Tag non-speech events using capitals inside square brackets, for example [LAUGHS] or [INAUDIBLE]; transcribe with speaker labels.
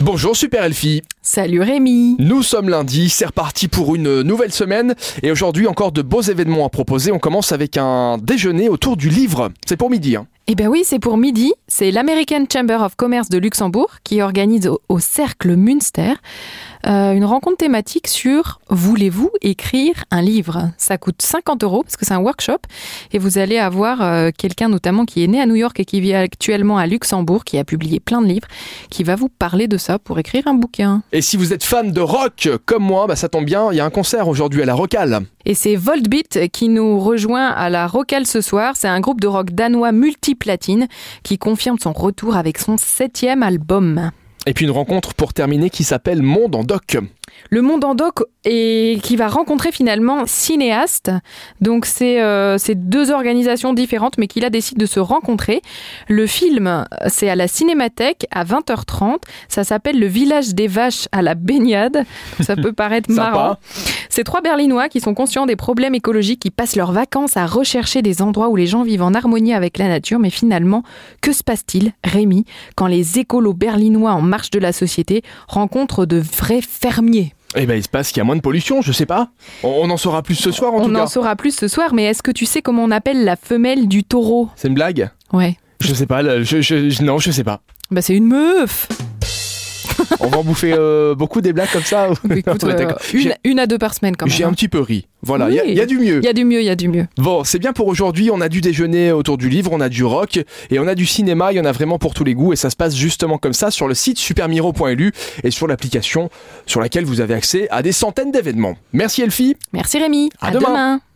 Speaker 1: Bonjour Super Elfie.
Speaker 2: Salut Rémi.
Speaker 1: Nous sommes lundi, c'est reparti pour une nouvelle semaine et aujourd'hui encore de beaux événements à proposer. On commence avec un déjeuner autour du livre. C'est pour midi. hein.
Speaker 2: Eh ben oui, c'est pour midi. C'est l'American Chamber of Commerce de Luxembourg qui organise au, au Cercle Münster euh, une rencontre thématique sur Voulez-vous écrire un livre Ça coûte 50 euros parce que c'est un workshop et vous allez avoir euh, quelqu'un notamment qui est né à New York et qui vit actuellement à Luxembourg, qui a publié plein de livres, qui va vous parler de ça pour écrire un bouquin.
Speaker 1: Et si vous êtes fan de rock comme moi, bah ça tombe bien, il y a un concert aujourd'hui à la Rocale.
Speaker 2: Et c'est Voltbeat qui nous rejoint à la Rocale ce soir. C'est un groupe de rock danois multiplatine qui confirme son retour avec son septième album.
Speaker 1: Et puis une rencontre pour terminer qui s'appelle Monde en Doc.
Speaker 2: Le monde en doc et qui va rencontrer finalement cinéastes. Donc c'est euh, c'est deux organisations différentes mais qui là décident de se rencontrer. Le film c'est à la Cinémathèque à 20h30. Ça s'appelle Le village des vaches à la baignade. Ça peut
Speaker 1: [LAUGHS]
Speaker 2: paraître
Speaker 1: Sympa.
Speaker 2: marrant. Ces trois Berlinois qui sont conscients des problèmes écologiques, qui passent leurs vacances à rechercher des endroits où les gens vivent en harmonie avec la nature, mais finalement, que se passe-t-il, Rémi, quand les écolos berlinois en marche de la société rencontrent de vrais fermiers
Speaker 1: Eh ben il se passe qu'il y a moins de pollution, je sais pas. On, on en saura plus ce soir en tout
Speaker 2: On en
Speaker 1: cas.
Speaker 2: saura plus ce soir, mais est-ce que tu sais comment on appelle la femelle du taureau
Speaker 1: C'est une blague
Speaker 2: Ouais.
Speaker 1: Je sais pas, là, je, je- je- non, je sais pas.
Speaker 2: Bah c'est une meuf
Speaker 1: On va en bouffer euh, beaucoup des blagues comme ça.
Speaker 2: [LAUGHS] Écoute,
Speaker 1: Ouais,
Speaker 2: euh,
Speaker 1: d'accord.
Speaker 2: une,
Speaker 1: J'ai-
Speaker 2: une à deux par semaine quand même.
Speaker 1: J'ai un petit peu ri. Voilà, il y a-
Speaker 2: Oui.
Speaker 1: il y a du mieux.
Speaker 2: Il y a du mieux, il y a du mieux.
Speaker 1: Bon, c'est bien pour aujourd'hui. On a du déjeuner autour du livre, on a du rock et on a du cinéma. Il y en a vraiment pour tous les goûts et ça se passe justement comme ça sur le site supermiro.lu et sur l'application sur laquelle vous avez accès à des centaines d'événements. Merci Elfie.
Speaker 2: Merci Rémi,
Speaker 1: À demain.
Speaker 2: demain.